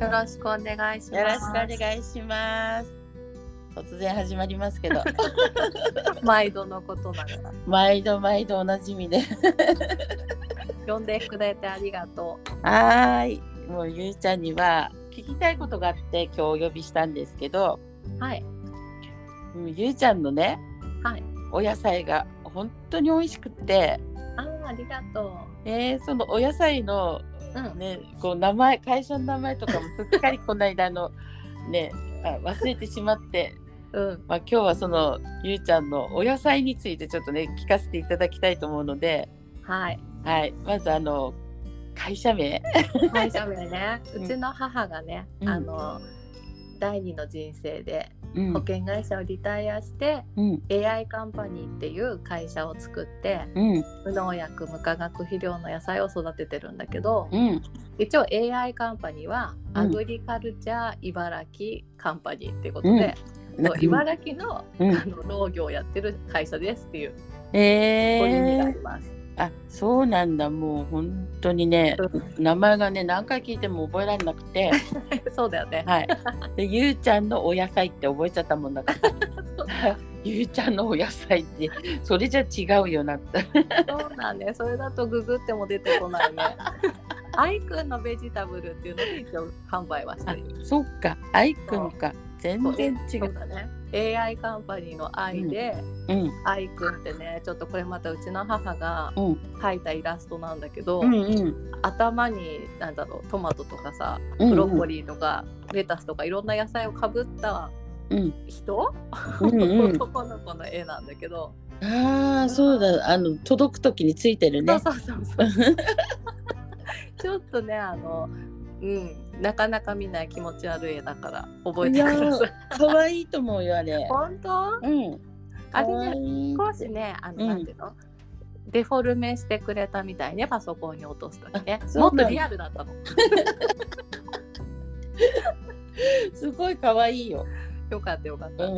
よろしくお願いします。よろしくお願いします。突然始まりますけ ど、毎度のことながら。毎度毎度おなじみで。呼んでくれてありがとはーい。もうゆうちゃんには聞きたいことがあって今日お呼びしたんですけど、う。はい。うんゆうちゃんのね、はいお野菜が本当に美味しくって、ああ、ありがとえーそのお野菜のう。うん。ね、こう名前会社の名前とかもすっかりこの間あのねあ忘れてしまって、うん。まあ、今日はそのゆうちゃんのお野菜についてちょっとね聞かせていただきたいと思うので、はい。はい、まずあの会社名会社名 ね。うちの母がね、うんあの。第二の人生でうん保険会社をリタイアして、うん、 AI カンパニーっていう会社を作ってうん、無農薬無化学肥料の野菜を育ててるんだけどうん、一応 AI カンパニーはうんアグリカルチャー茨城カンパニーっていうことうんで、そう茨城の,、うんあの農業をやってる会社ですっていうご意味があえります。 ー、あそうなんだもう本当にね名前がね何回聞いても覚えられな くて、そうだよね。はい、でゆうちゃんのお野菜って覚えちゃったもんだから そうゆうちゃんのお野菜ってそれじゃ違うよなって。そうなんね。それだとググっても出てこない ね。アイくんのベジタブルっていうので一応販売はしている。そっか、アイくんか、全然違そうう。だね。AI カンパニーの愛で、うん、愛くんってね、ちょっとこれまたうちの母がうん描いたイラストなんだけど、うん、うん、頭になんだろうトマトとかさ、うん、ブロッコリーとかレタスとかいろんな野菜をかぶったうん、人、うん、うん、男の子の絵なんだけど、ああ、そうだ、あの、届く時についてるね。そうそうそうそう ちょっとねあのうんなかなか見ない気持ち悪い絵だから覚えてください。可愛いと思うよ、あれ。本当うん、あ可れね愛い少しねあの、うんなんていうのデフォルメしてくれたみたいねパソコンに落とすときねあそうもっなんだとリアルだったのすごい可愛いよ。よかったよかっうた、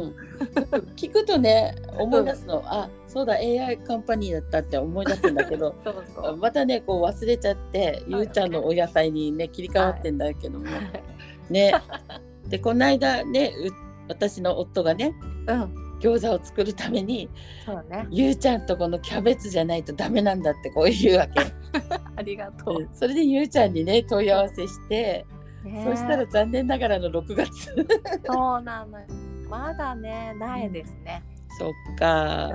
ん。聞くとね、思い出すの、あ、そうだ、AI カンパニーだったって思い出すんだけど。 そうそうまたね、こう忘れちゃって、ゆうちゃんのお野菜にね、切り替わってんだけども。ね。で、この間ね、う私の夫がね、 うん餃子を作るために、そうだねゆうちゃんとこのキャベツじゃないとダメなんだってこう言うわけ。ありがと う、それでゆうちゃんにね、問い合わせして、ねそしたら残念ながらの6月。 そうなのよ。まだね、苗ですね。そっうか。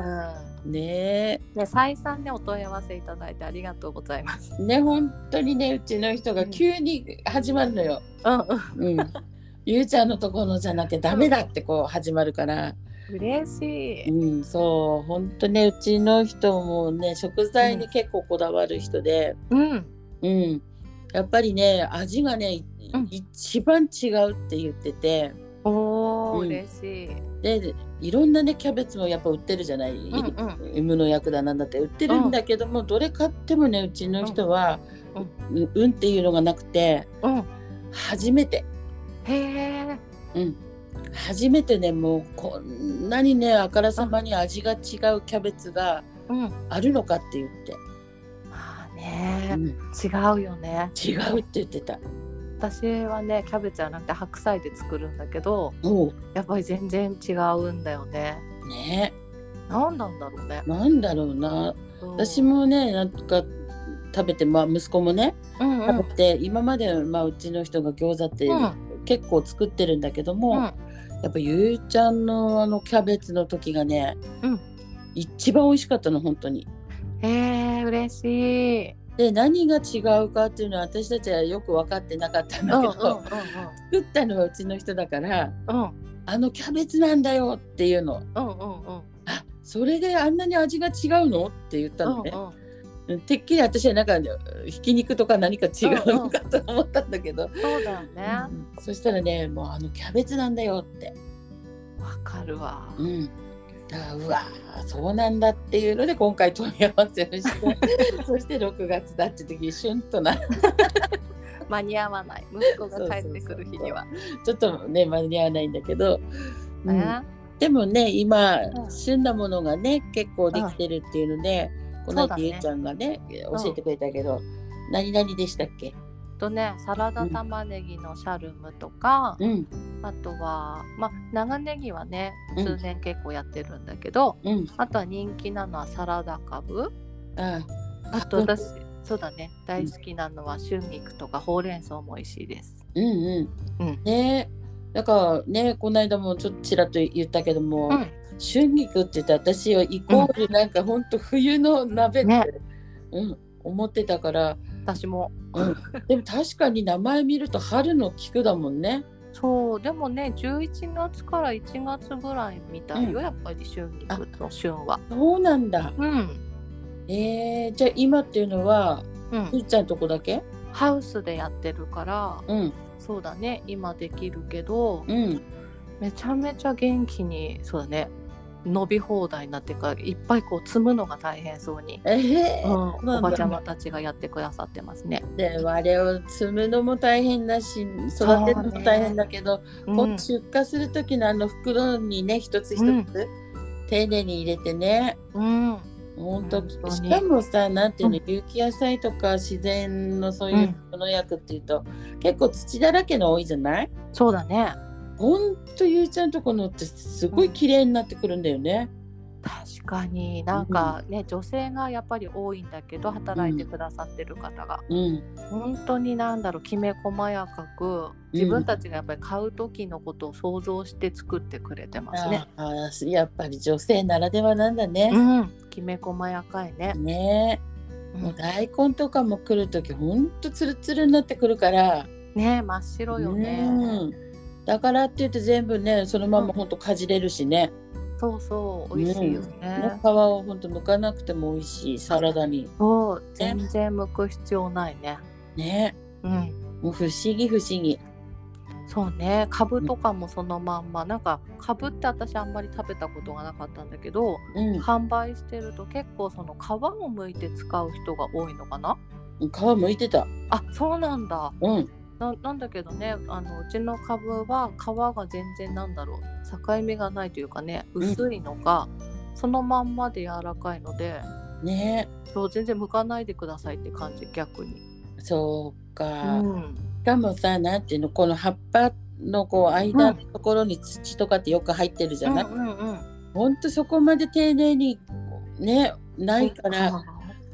ん。ねね、再三ね、お問い合わせいただいてありがとうございます。え。ね、本当にね、うちの人が急に始まるのよ。うん、うん、 うん。ゆうちゃんのところのじゃなきゃダメだってこう始まるから。嬉しい。うん、そう。本当ね、うちの人もね、食材に結構こだわる人で。うん、うん、やっぱりね味がね、いうん一番違うって言ってておお、うん嬉しい。でいろんなねキャベツもやっぱ売ってるじゃない、うん無農薬だなんだって売ってるんだけども、どれ買ってもねうちの人は、うんうんっていうのがなくてうん、初めて、へえ、うん、初めてねもうこんなにねあからさまに味が違うキャベツがうん。あるのかって言って、まあうね、ん違うよね。違うって言ってた。私はね、キャベツじゃなくて白菜で作るんだけど、おうやっぱり全然違うんだよね。ねなんなんだろうね。なんだろうなうん私、もねなんか食べて、まあ、息子もねうん、うん、食べて、今まで、まあ、うちの人が餃子ってうん結構作ってるんだけども、うんやっぱゆうちゃんのあのキャベツの時がね、うん一番美味しかったの本当に。へえ、嬉しい。で何が違うかっていうのは私たちはよく分かってなかったんだけど、作ったのはうちの人だからうん、うん。あのキャベツなんだよっていうのうんうんうんあそれであんなに味が違うのって言ったのね。うんうんてっきり私はなんかひき肉とか何か違うのかと思ったんだけど、そうだよね。わうんそしたらねもうあのキャベツなんだよって、かるわ。うん、だからうわーそうなんだっていうので今回問い合わせをして そして6月だって時シュンとなち間に合わない。息子が帰ってくる日には。ょっとね間に合わないんだけど、うんねでもね今、うん旬なものがね結構できてるっていうので、このそうだ間ねゆうちゃんがね教えてくれたけど、何々でしたっけとねサラダ玉ねぎのシャルムとか、うんあとは、まあ、長ネギはねうん通年結構やってるんだけど、うんあとは人気なのはサラダかぶああとうん私そうだね大好きなのは春菊とかほうれん草も美味しいです。うんうん、うんねなんかねこの間もちょっとちらっと言ったけども、うん春菊って言って私はイコールなんかほんと冬の鍋って、ねうん、思ってた から、私もうん、でも確かに名前見ると春の菊だもんね。そうでもね11月から1月ぐらいみたいよ、うやっぱり春菊の旬は。そうなんだ。うん、えー、じゃあ今っていうのはうふん、ーちゃんとこだけハウスでやってるからうんそうだね今できるけどうんめちゃめちゃ元気にそうだね伸び放題になってるからいっぱいこう積むのが大変そうに、えーうん、まあおばちゃまたちがやってくださってますね。であれを摘むのも大変だし育てるのも大変だけど、うんこう出荷する時のあの袋にね一つ一つ、丁寧に入れてねうんほんと本当にしかもさなんていうの、う有機野菜とか自然のそうういうん無農薬っていうと、結構土だらけの多いじゃないそうだねほんとゆうちゃんとこのってすごい綺麗になってくるんだよね。確かになんかね、女性がやっぱり多いんだけど働いてくださってる方が、うん、本当になんだろうきめ細やかく自分たちがやっぱり買う時のことを想像して作ってくれてますね。あーやっぱり女性ならではなんだね。うん、きめ細やかいね。ねもう大根とかも来る時ほんとツルツルになってくるから、ね真っ白よね。うんだからって言って全部ねそのままほんとかじれるしね、そうそう美味しいよもうね皮。をほんと剥かなくても美味しいサラダにそう全然剥く必要ないね。ねうん、もう不思議不思議そうね株とかもそのまんまなんか株って私あんまり食べたことがなかったんだけどうん販売してると結構その皮を剥いて使う人が多いのかな皮剥いてたあそうなんだ。うんななんだけどねあのうちの株は皮が全然なんだろう境目がないというかねん薄いのが、そのまんまで柔らかいのでねそう全然剥かないでくださいって感じ逆に。そううか、ん、しかもさなんていうのこの葉っぱのこう間のところに土とかってよく入ってるじゃない、うんうんうんほんとそこまで丁寧にねないからあ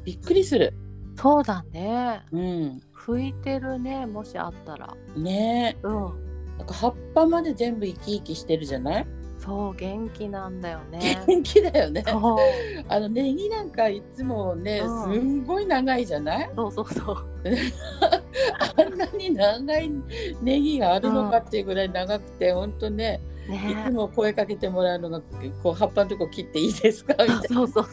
びっくりするそうだねうん拭いてるねもしあったら。ねうんえなんか葉っぱまで全部生き生きしてるじゃない そう元気なんだよね。元気だよねそうあのネギなんかいつもねすうんんごい長いじゃないそうそうそう。あんなに長いネギがあるのかっていうぐらい長くてほんとねいつねも声かけてもらうのがこう葉っぱのとこ切っていいですかみたいそうそうそう。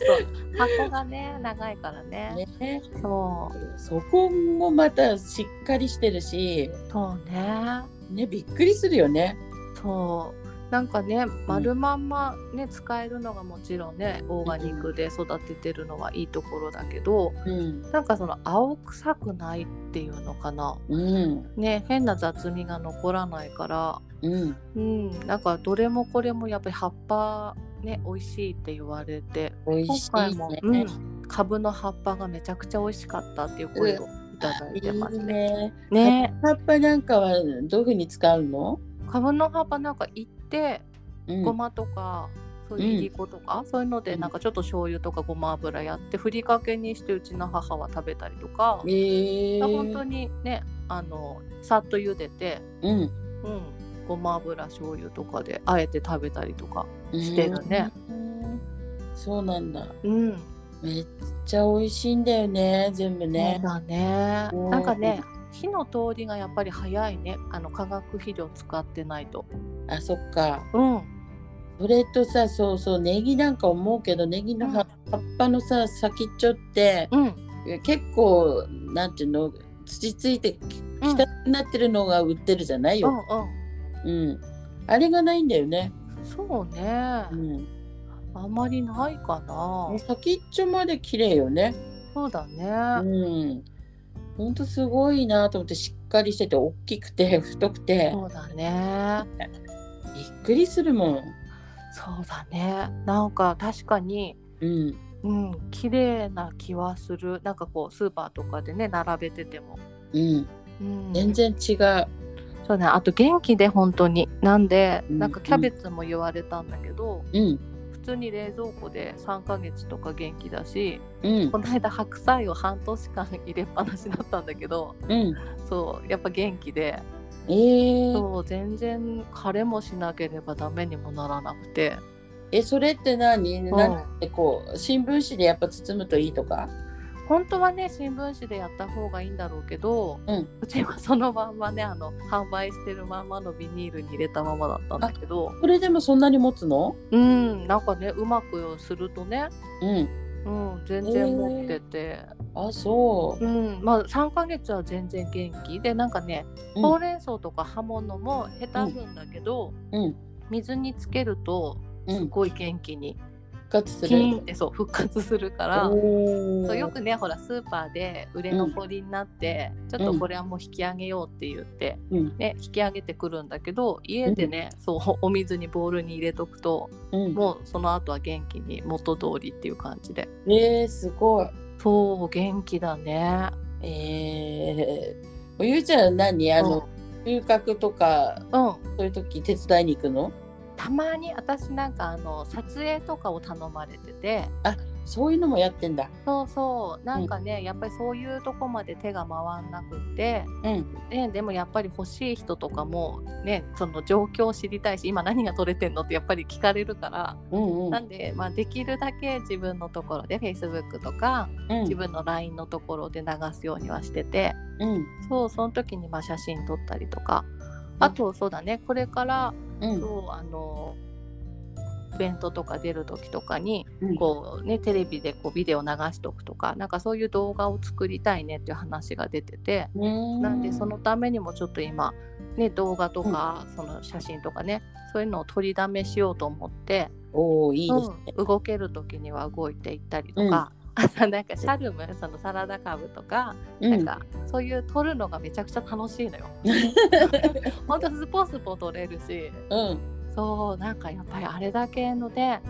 箱がね長いからね。なねそそこもまたしっかりしてるしうそうね。ねびっくりするよねそうなんかね丸まんまね、使えるのがもちろんねオーガニックで育ててるのはいいところだけどうんなんかその青臭くないっていうのかなうんね変な雑味が残らないからうんうんなんかどれもこれもやっぱり葉っぱね美味しいって言われて美今味し回いも、うねん、株の葉っぱがめちゃくちゃ美味しかったっていう声をいただいてますいいね。ねね葉っぱなんかはどういうふうに使うの、株の葉っぱなんかいってうんごまとか、そういういりことか、そういうのでなんかちょっと醤油とかごま油やってふりかけにしてうちの母は食べたりとか、えー、本当にねあのさっと茹でて、うんうん、ごま油醤油とかであえて食べたりとか、してるねうんそうなんだうんめっちゃ美味しいんだよね全部ねそうだね、うんなんかね火の通りがやっぱり早いねあの化学肥料使ってないと。あそっかうんそれとさそうそうネギなんか思うけどネギの葉,、葉っぱのさ先っちょってうん結構なんていうの土ついてきうん汚くなってるのが売ってるじゃないうよ、んうんうんあれがないんだよね、そうね、うん、あまりないかな、先っちょまで綺麗よねそうだね、うんほんとすごいなと思ってしっかりしてて大きくて太くてそうだねびっくりするもんそうだねなんか確かにうんうん綺麗な気はするなんかこうスーパーとかでね並べててもうんうん全然違う。そうねあと元気で本当になんでうんなんかキャベツも言われたんだけど、うん。普通に冷蔵庫で3ヶ月とか元気だしうんこ。の間白菜を半年間入れっぱなしだったんだけどうん。そうやっぱ元気でえー、そう全然枯れもしなければダメにもならなくて、え、それって何、うんなんてこう、新聞紙でやっぱ包むといいとか。本当はね新聞紙でやった方がいいんだろうけど、うんちはそのまんまねあの販売してるまんまのビニールに入れたままだったんだけどこれでもそんなに持つの。うんなんかねうまくするとね、うん。うん、全然持ってて、あ、そう。うんまあ、3ヶ月は全然元気でなんかねうんほうれん草とか葉物もへたるんだけど、うん。水につけるとうすん。ごい元気に、復活すキる。ーンってそう復活するから。おーそうよくねほらスーパーで売れ残りになって、ちょっとこれはもう引き上げようって言って、うんね、引き上げてくるんだけど家でね、そうお水にボウルに入れとくとうんもうその後は元気に元通りっていう感じでえー、すごい。そう元気だねえー、ゆうちゃんは何あの、収穫とかうん、うんそういう時手伝いに行くのたまに私なんかあの撮影とかを頼まれててそういうのもやってんだ。そうそうなんかね、やっぱりそういうとこまで手が回んなくって、うんね、でもやっぱり欲しい人とかも、ね、その状況を知りたいし今何が取れてんのってやっぱり聞かれるから、うんうんなんで、まあ、できるだけ自分のところで Facebook とかうん自分の LINE のところで流すようにはしててうんそうその時にまあ写真撮ったりとかあとそうだねこれからうんそうあのイベントとか出る時とかにうんこうねテレビでこうビデオ流しとくとかなんかそういう動画を作りたいねっていう話が出ててうーんなんでそのためにもちょっと今ね動画とかその写真とかねそういうのを取りだめしようと思っておおいいですね。うん動ける時には動いていったりとか。あと なんかシャルムそのサラダ株とか、うなんかそういう取るのがめちゃくちゃ楽しい のよ。うほんとスポスポ取れるしんそうなんかやっぱりあれだけのね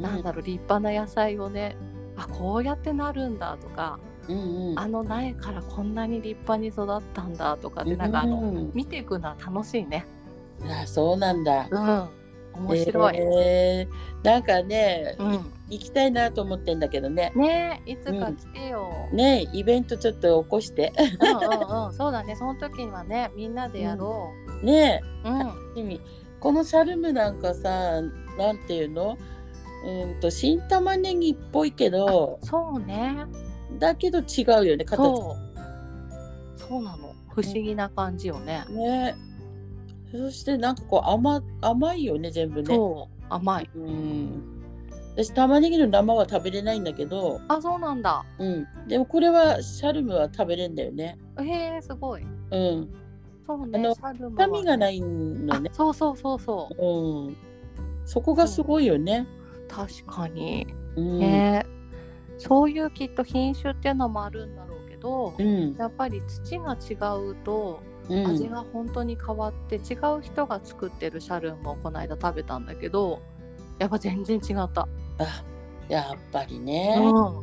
なんだろう立派な野菜をねあこうやってなるんだとかうんうんあの苗からこんなに立派に育ったんだとかってなんかあの、うん見ていくのは楽しいね。あそうなんだ。うん、面白い。えーなんかねうん、行きたいなと思ってんだけどね。ねえいつか来てよ。ねイベントちょっと起こして。うんうんうん、そうだねその時にはねみんなでやろねう。うん、趣味このシャルムなんかさなんていうのうんと新玉ねぎっぽいけどそうねだけど違うよね形そうそうなの不思議な感じよね。ねそしてなんかこう甘甘いよね全部ねそう甘い。うん私玉ねぎの生は食べれないんだけど、あそうなんだ。うん、でもこれはシャルムは食べれんだよねへえすごい。うんそうあねのシャルムは痛みがねないのねあそうそうそうそううんそこがすごいよね確かにうん、ね、そういうきっと品種っていうのもあるんだろうけど、うんやっぱり土が違うとうん味が本当に変わって、違う人が作ってるシャルンもこの間食べたんだけどやっぱ全然違った、あやっぱりね、うん、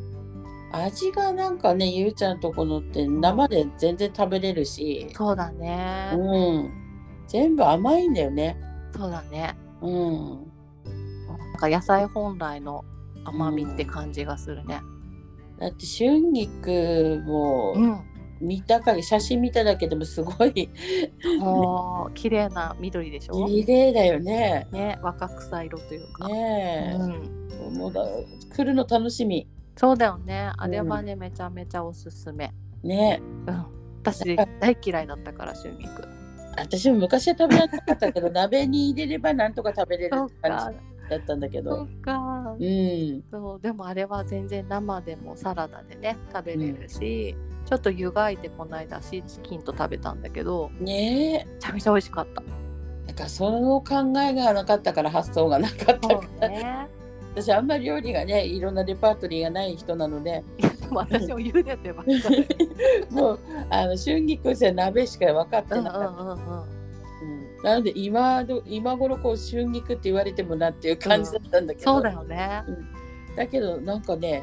味がなんかねゆうちゃんとこのって生で全然食べれるし、そうだね、うん、全部甘いんだよね。そうだねうん、なんか野菜本来の甘みって感じがするねだって春菊うもん、見た限り写真見ただけでもすごいおー綺麗な緑でしょ綺麗だよね。ね若草色というか、ねうんえ、もうだ来るの楽しみ。そうだよね。あれはね、めちゃめちゃおすすめ。ねうん。私大嫌いだったから春菊。え、私も昔は食べられなかった けど鍋に入れればなんとか食べれるそう感か。じだったんだけそどう。かう。ん、そうでもあれは全然生でもサラダでね食べれるし、ちょっと湯がいてこないだシーチキンと食べたんだけど、ねえめちゃめちゃ美味しかった。なんかその考えがなかったから発想がなかったから。そうね。私あんまり料理がねいろんなレパートリーがない人なのでいやでも 私も茹でてばっかり。もうあの春菊じゃ鍋しか分かってうんうなかっんうんうん。た、うんなので今ど今頃こう春菊って言われてもなっていう感じだったんだけど、そうだよね。だけどなんかね、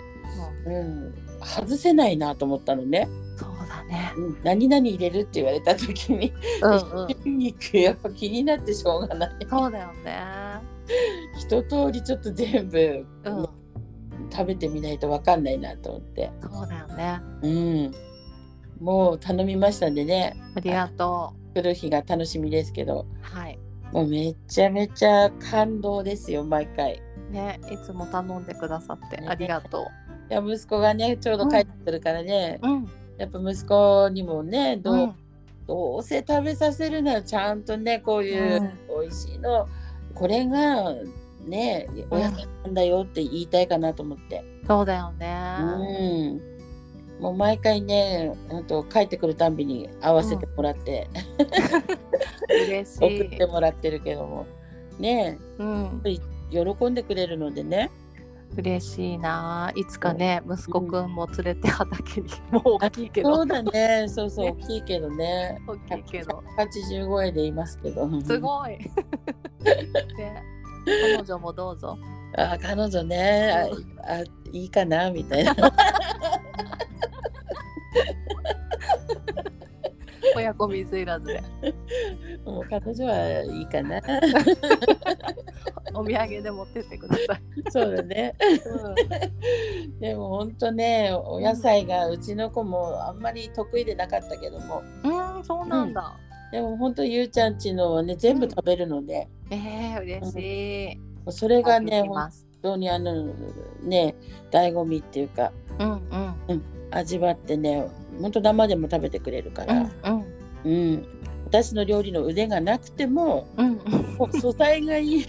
ううん、外せないなと思ったのね、そうだね。ね。うん何々入れるって言われた時に、うんうん、肉やっぱ気になってしょうがないそうだよね。一通りちょっと全部うん、食べてみないと分かんないなと思って、そうだよね。うん、もう頼みましたんでねありがとう。来る日が楽しみですけどはい。もうめちゃめちゃ感動ですよ毎回。ね、いつも頼んでくださってねありがといや息子がねちょうど帰ってくるからね、う。うん、やっぱ息子にもねどう,、うん、どうせ食べさせるならちゃんとねこういう美味しいの、これがねおやつなんだよって言いたいかなと思って、そうだよね。うん、もう毎回ねほんと帰ってくるたんびに合わせてもらって、嬉し送っいて。もらってるけどもねうん、喜んでくれるのでね嬉しいな。いつかね、息子くんも連れて畑に、もう大きいけそどう、だねそうそうね大きいけどね大きいけど、 85円でいますけどすご い。ね、彼女もどうぞ。あ彼女ねうああいいかなみた いな親子水入らずで。もう彼女はいいかなお土産で持ってってください。そうだねでもほんとねお野菜がうちの子もあんまり得意でなかったけどもうん、うんそうなんだ。でもほんとゆうちゃんちのはね全部食べるので、ええ嬉しい。それがいたねだき本ます。当にあのね醍醐味っていうかうんうん。味わってねほんと生でも食べてくれるかうら、んうんうん、私の料理の腕がなくてもうんうん。もう素材がいい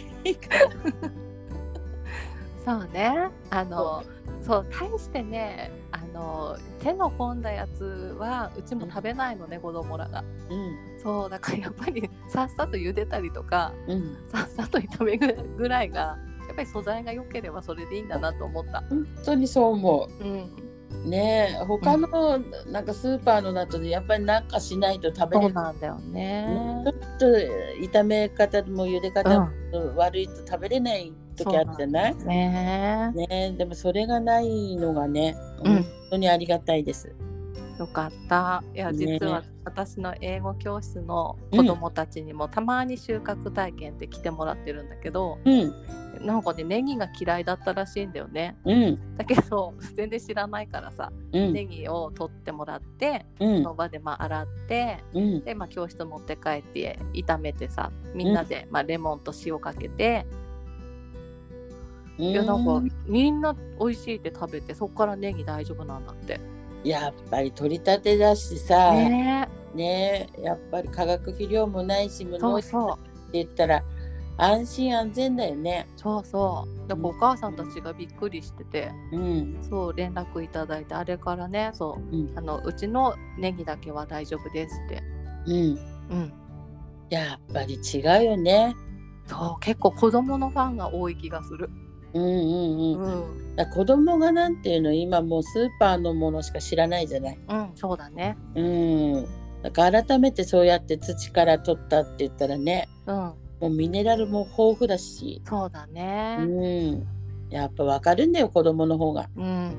そうね。あの、そう、大してね、あの、手の込んだやつは、うちも食べないのね、子供らが。うんそう、だからやっぱり、さっさと茹でたりとか、うんさっさと炒めるぐらいが、やっぱり素材が良ければそれでいいんだなと思った。本当にそう思うん。うねえ他のなんかスーパーのだとやっぱりなんかしないと食べそれうななんだよい、ねちょ。っと炒め方も茹で方も悪いと食べれない時あるじゃない、ねねえでもそれがないのがねうん本当にありがたいです、よかった。いや、ね実は私の英語教室の子供たちにもたまに収穫体験って来てもらってるんだけど、うんなんかね、ネギが嫌いだったらしいんだよね。うんだけど、全然知らないからさ、うんネギを取ってもらって、うんその場でまあ洗って、うんで、まあ教室持って帰って炒めてさ、みんなでまあレモンと塩かけて、いや、なんうかんみんな美味しいって食べて、そっからネギ大丈夫なんだって。やっぱり取り立てだしさねねえやっぱり化学肥料もないし無え、そ農う薬そう。って言ったら安心安全だよねそうそう。だからお母さんたちがびっくりしてて、うんそう連絡いただいてあれからね、そううんあのうちのネギだけは大丈夫ですって。うんうん。やっぱり違うよね。そう結構子供のファンが多い気がする。うんうんううん。ん。だから子供がなんていうの今もうスーパーのものしか知らないじゃない。うん、そうだね。うん。だから改めてそうやって土から取ったって言ったらね、うん、もうミネラルも豊富だし、そうだうね。ん。やっぱわかるんだよ子供の方が。うん。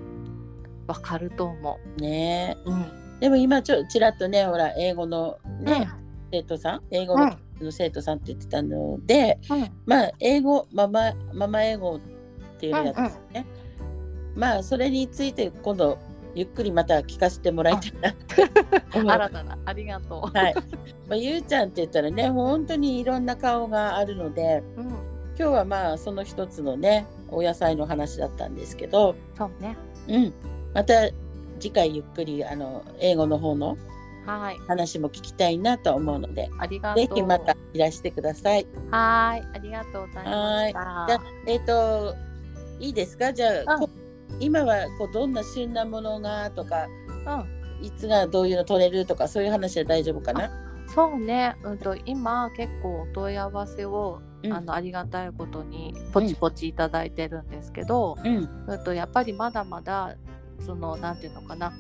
わかると思ねう。うん。え。でも今ちょちらっとねほら英語のね、生徒さん英語うの,、ん。生徒さんって言ってたので、うん。まあ英語ママママ英語っていうのやつですね、まあそれについて今度ゆっくりまた聞かせてもらいたいな思いま新たな、あ りがとすはい、まあ、ゆうちゃんって言ったらね本当にいろんな顔があるのでう。うん。今日はまあその一つのねお野菜の話だったんですけど、そうね。うん、また次回ゆっくりあの英語の方のはい。話も聞きたいなと思うのでありがとぜう。ひまた。いらしてください。はーい。ありがとうございました。じゃあえっ、といいですかじゃあ、うんこ今はこうどんな旬なものがとかうん。いつがどういうの取れるとかそういう話は大丈夫かなそうね、うん、と今結構お問い合わせを、うんあのありがたいことにポチポチいただいてるんですけど、うんうん、とやっぱりまだまだそのなんていうのかな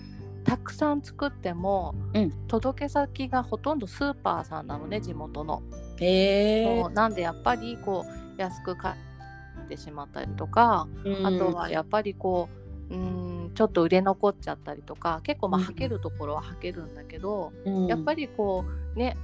たくさん作っても、うん届け先がほとんどスーパーさんなのね地元の。へえそうなんでやっぱりこう安く買ってしまったりとか、あとはやっぱりこううんちょっと売れ残っちゃったりとか結構まあうんはけるところははけるんだけど、うんやっぱりこうね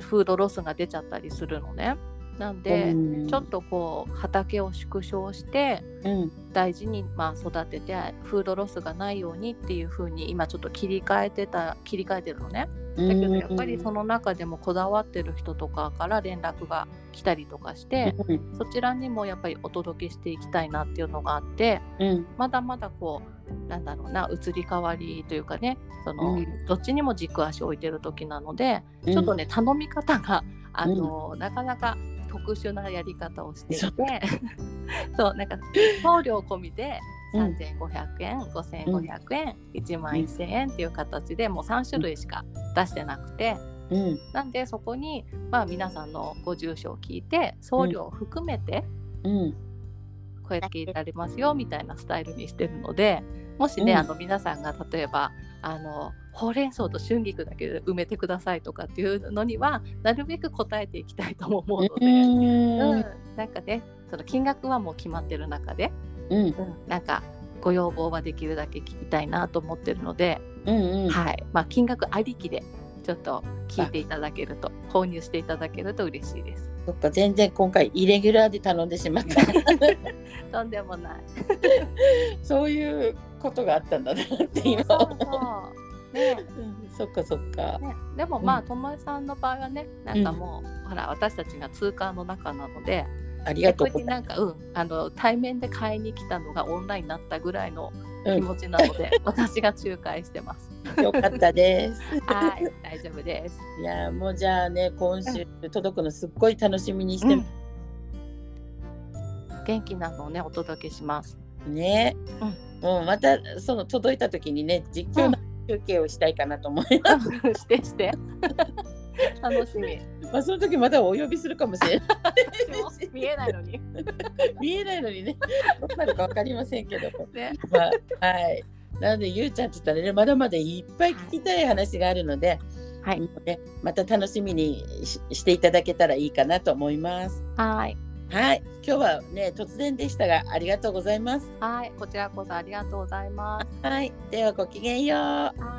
フードロスが出ちゃったりするのね。なんで、うんちょっとこう畑を縮小してうん大事にまあ育ててフードロスがないようにっていう風に今ちょっと切り替えてた切り替えてるのね。だけどやっぱりその中でもこだわってる人とかから連絡が来たりとかしてうんそちらにもやっぱりお届けしていきたいなっていうのがあってうんまだまだこうなんだろうな移り変わりというかねその、うんどっちにも軸足を置いてる時なのでちょっとね、頼み方があの、なかなか特殊なやり方をしていて そそううなんか送料込みでう3500ん円、5500円1万1000円っていう形でもう3種類しか出してなくて、うんなんでそこに、まあ、皆さんのご住所を聞いて送料を含めてうんこうやっていられますよみたいなスタイルにしてるのでもしね、うんあの皆さんが例えばあのほうれん草と春菊だけで埋めてくださいとかっていうのにはなるべく答えていきたいとも思うので、うんうんなんかねその金額はもう決まってる中で、うんなんかご要望はできるだけ聞きたいなと思ってるので、うんうんはいまあ、金額ありきでちょっと聞いていただけると購入していただけると嬉しいです。そっか全然今回イレギュラーで頼んでしまった とんでもないそういうことがあったんだなってそう今そうねえうんそっかそっかね、でもまうあ、んともえさんの場合はねなんかもう、ほら私たちが通貨の中なのでありがと逆うごにざいなんか、うん、あの対面で買いに来たのがオンラインになったぐらいのう気ん持ちなの で、私が仲介してます。ますよかったですはい大丈夫です。いやーもうじゃあね今週届くのすっごい楽しみにしてま元気なのをねお届けします。すね、もうまたその届いた時にね実況の中継をしたいかなと思います、 してして。楽しみ。まあその時またお呼びするかもしれ ない私も見えないのに。見えないのにねどうなるかわかりませんけ ど、ね。まあ、はいなのでゆうちゃんって言ったらねまだまだいっぱい聞きたい話があるので、はいもうね、また楽しみにししていただけたらいいかなと思いますはい。はい今日はね突然でしたがありがとうございますはい。こちらこそありがとうございまはいではごきげんようす。はい。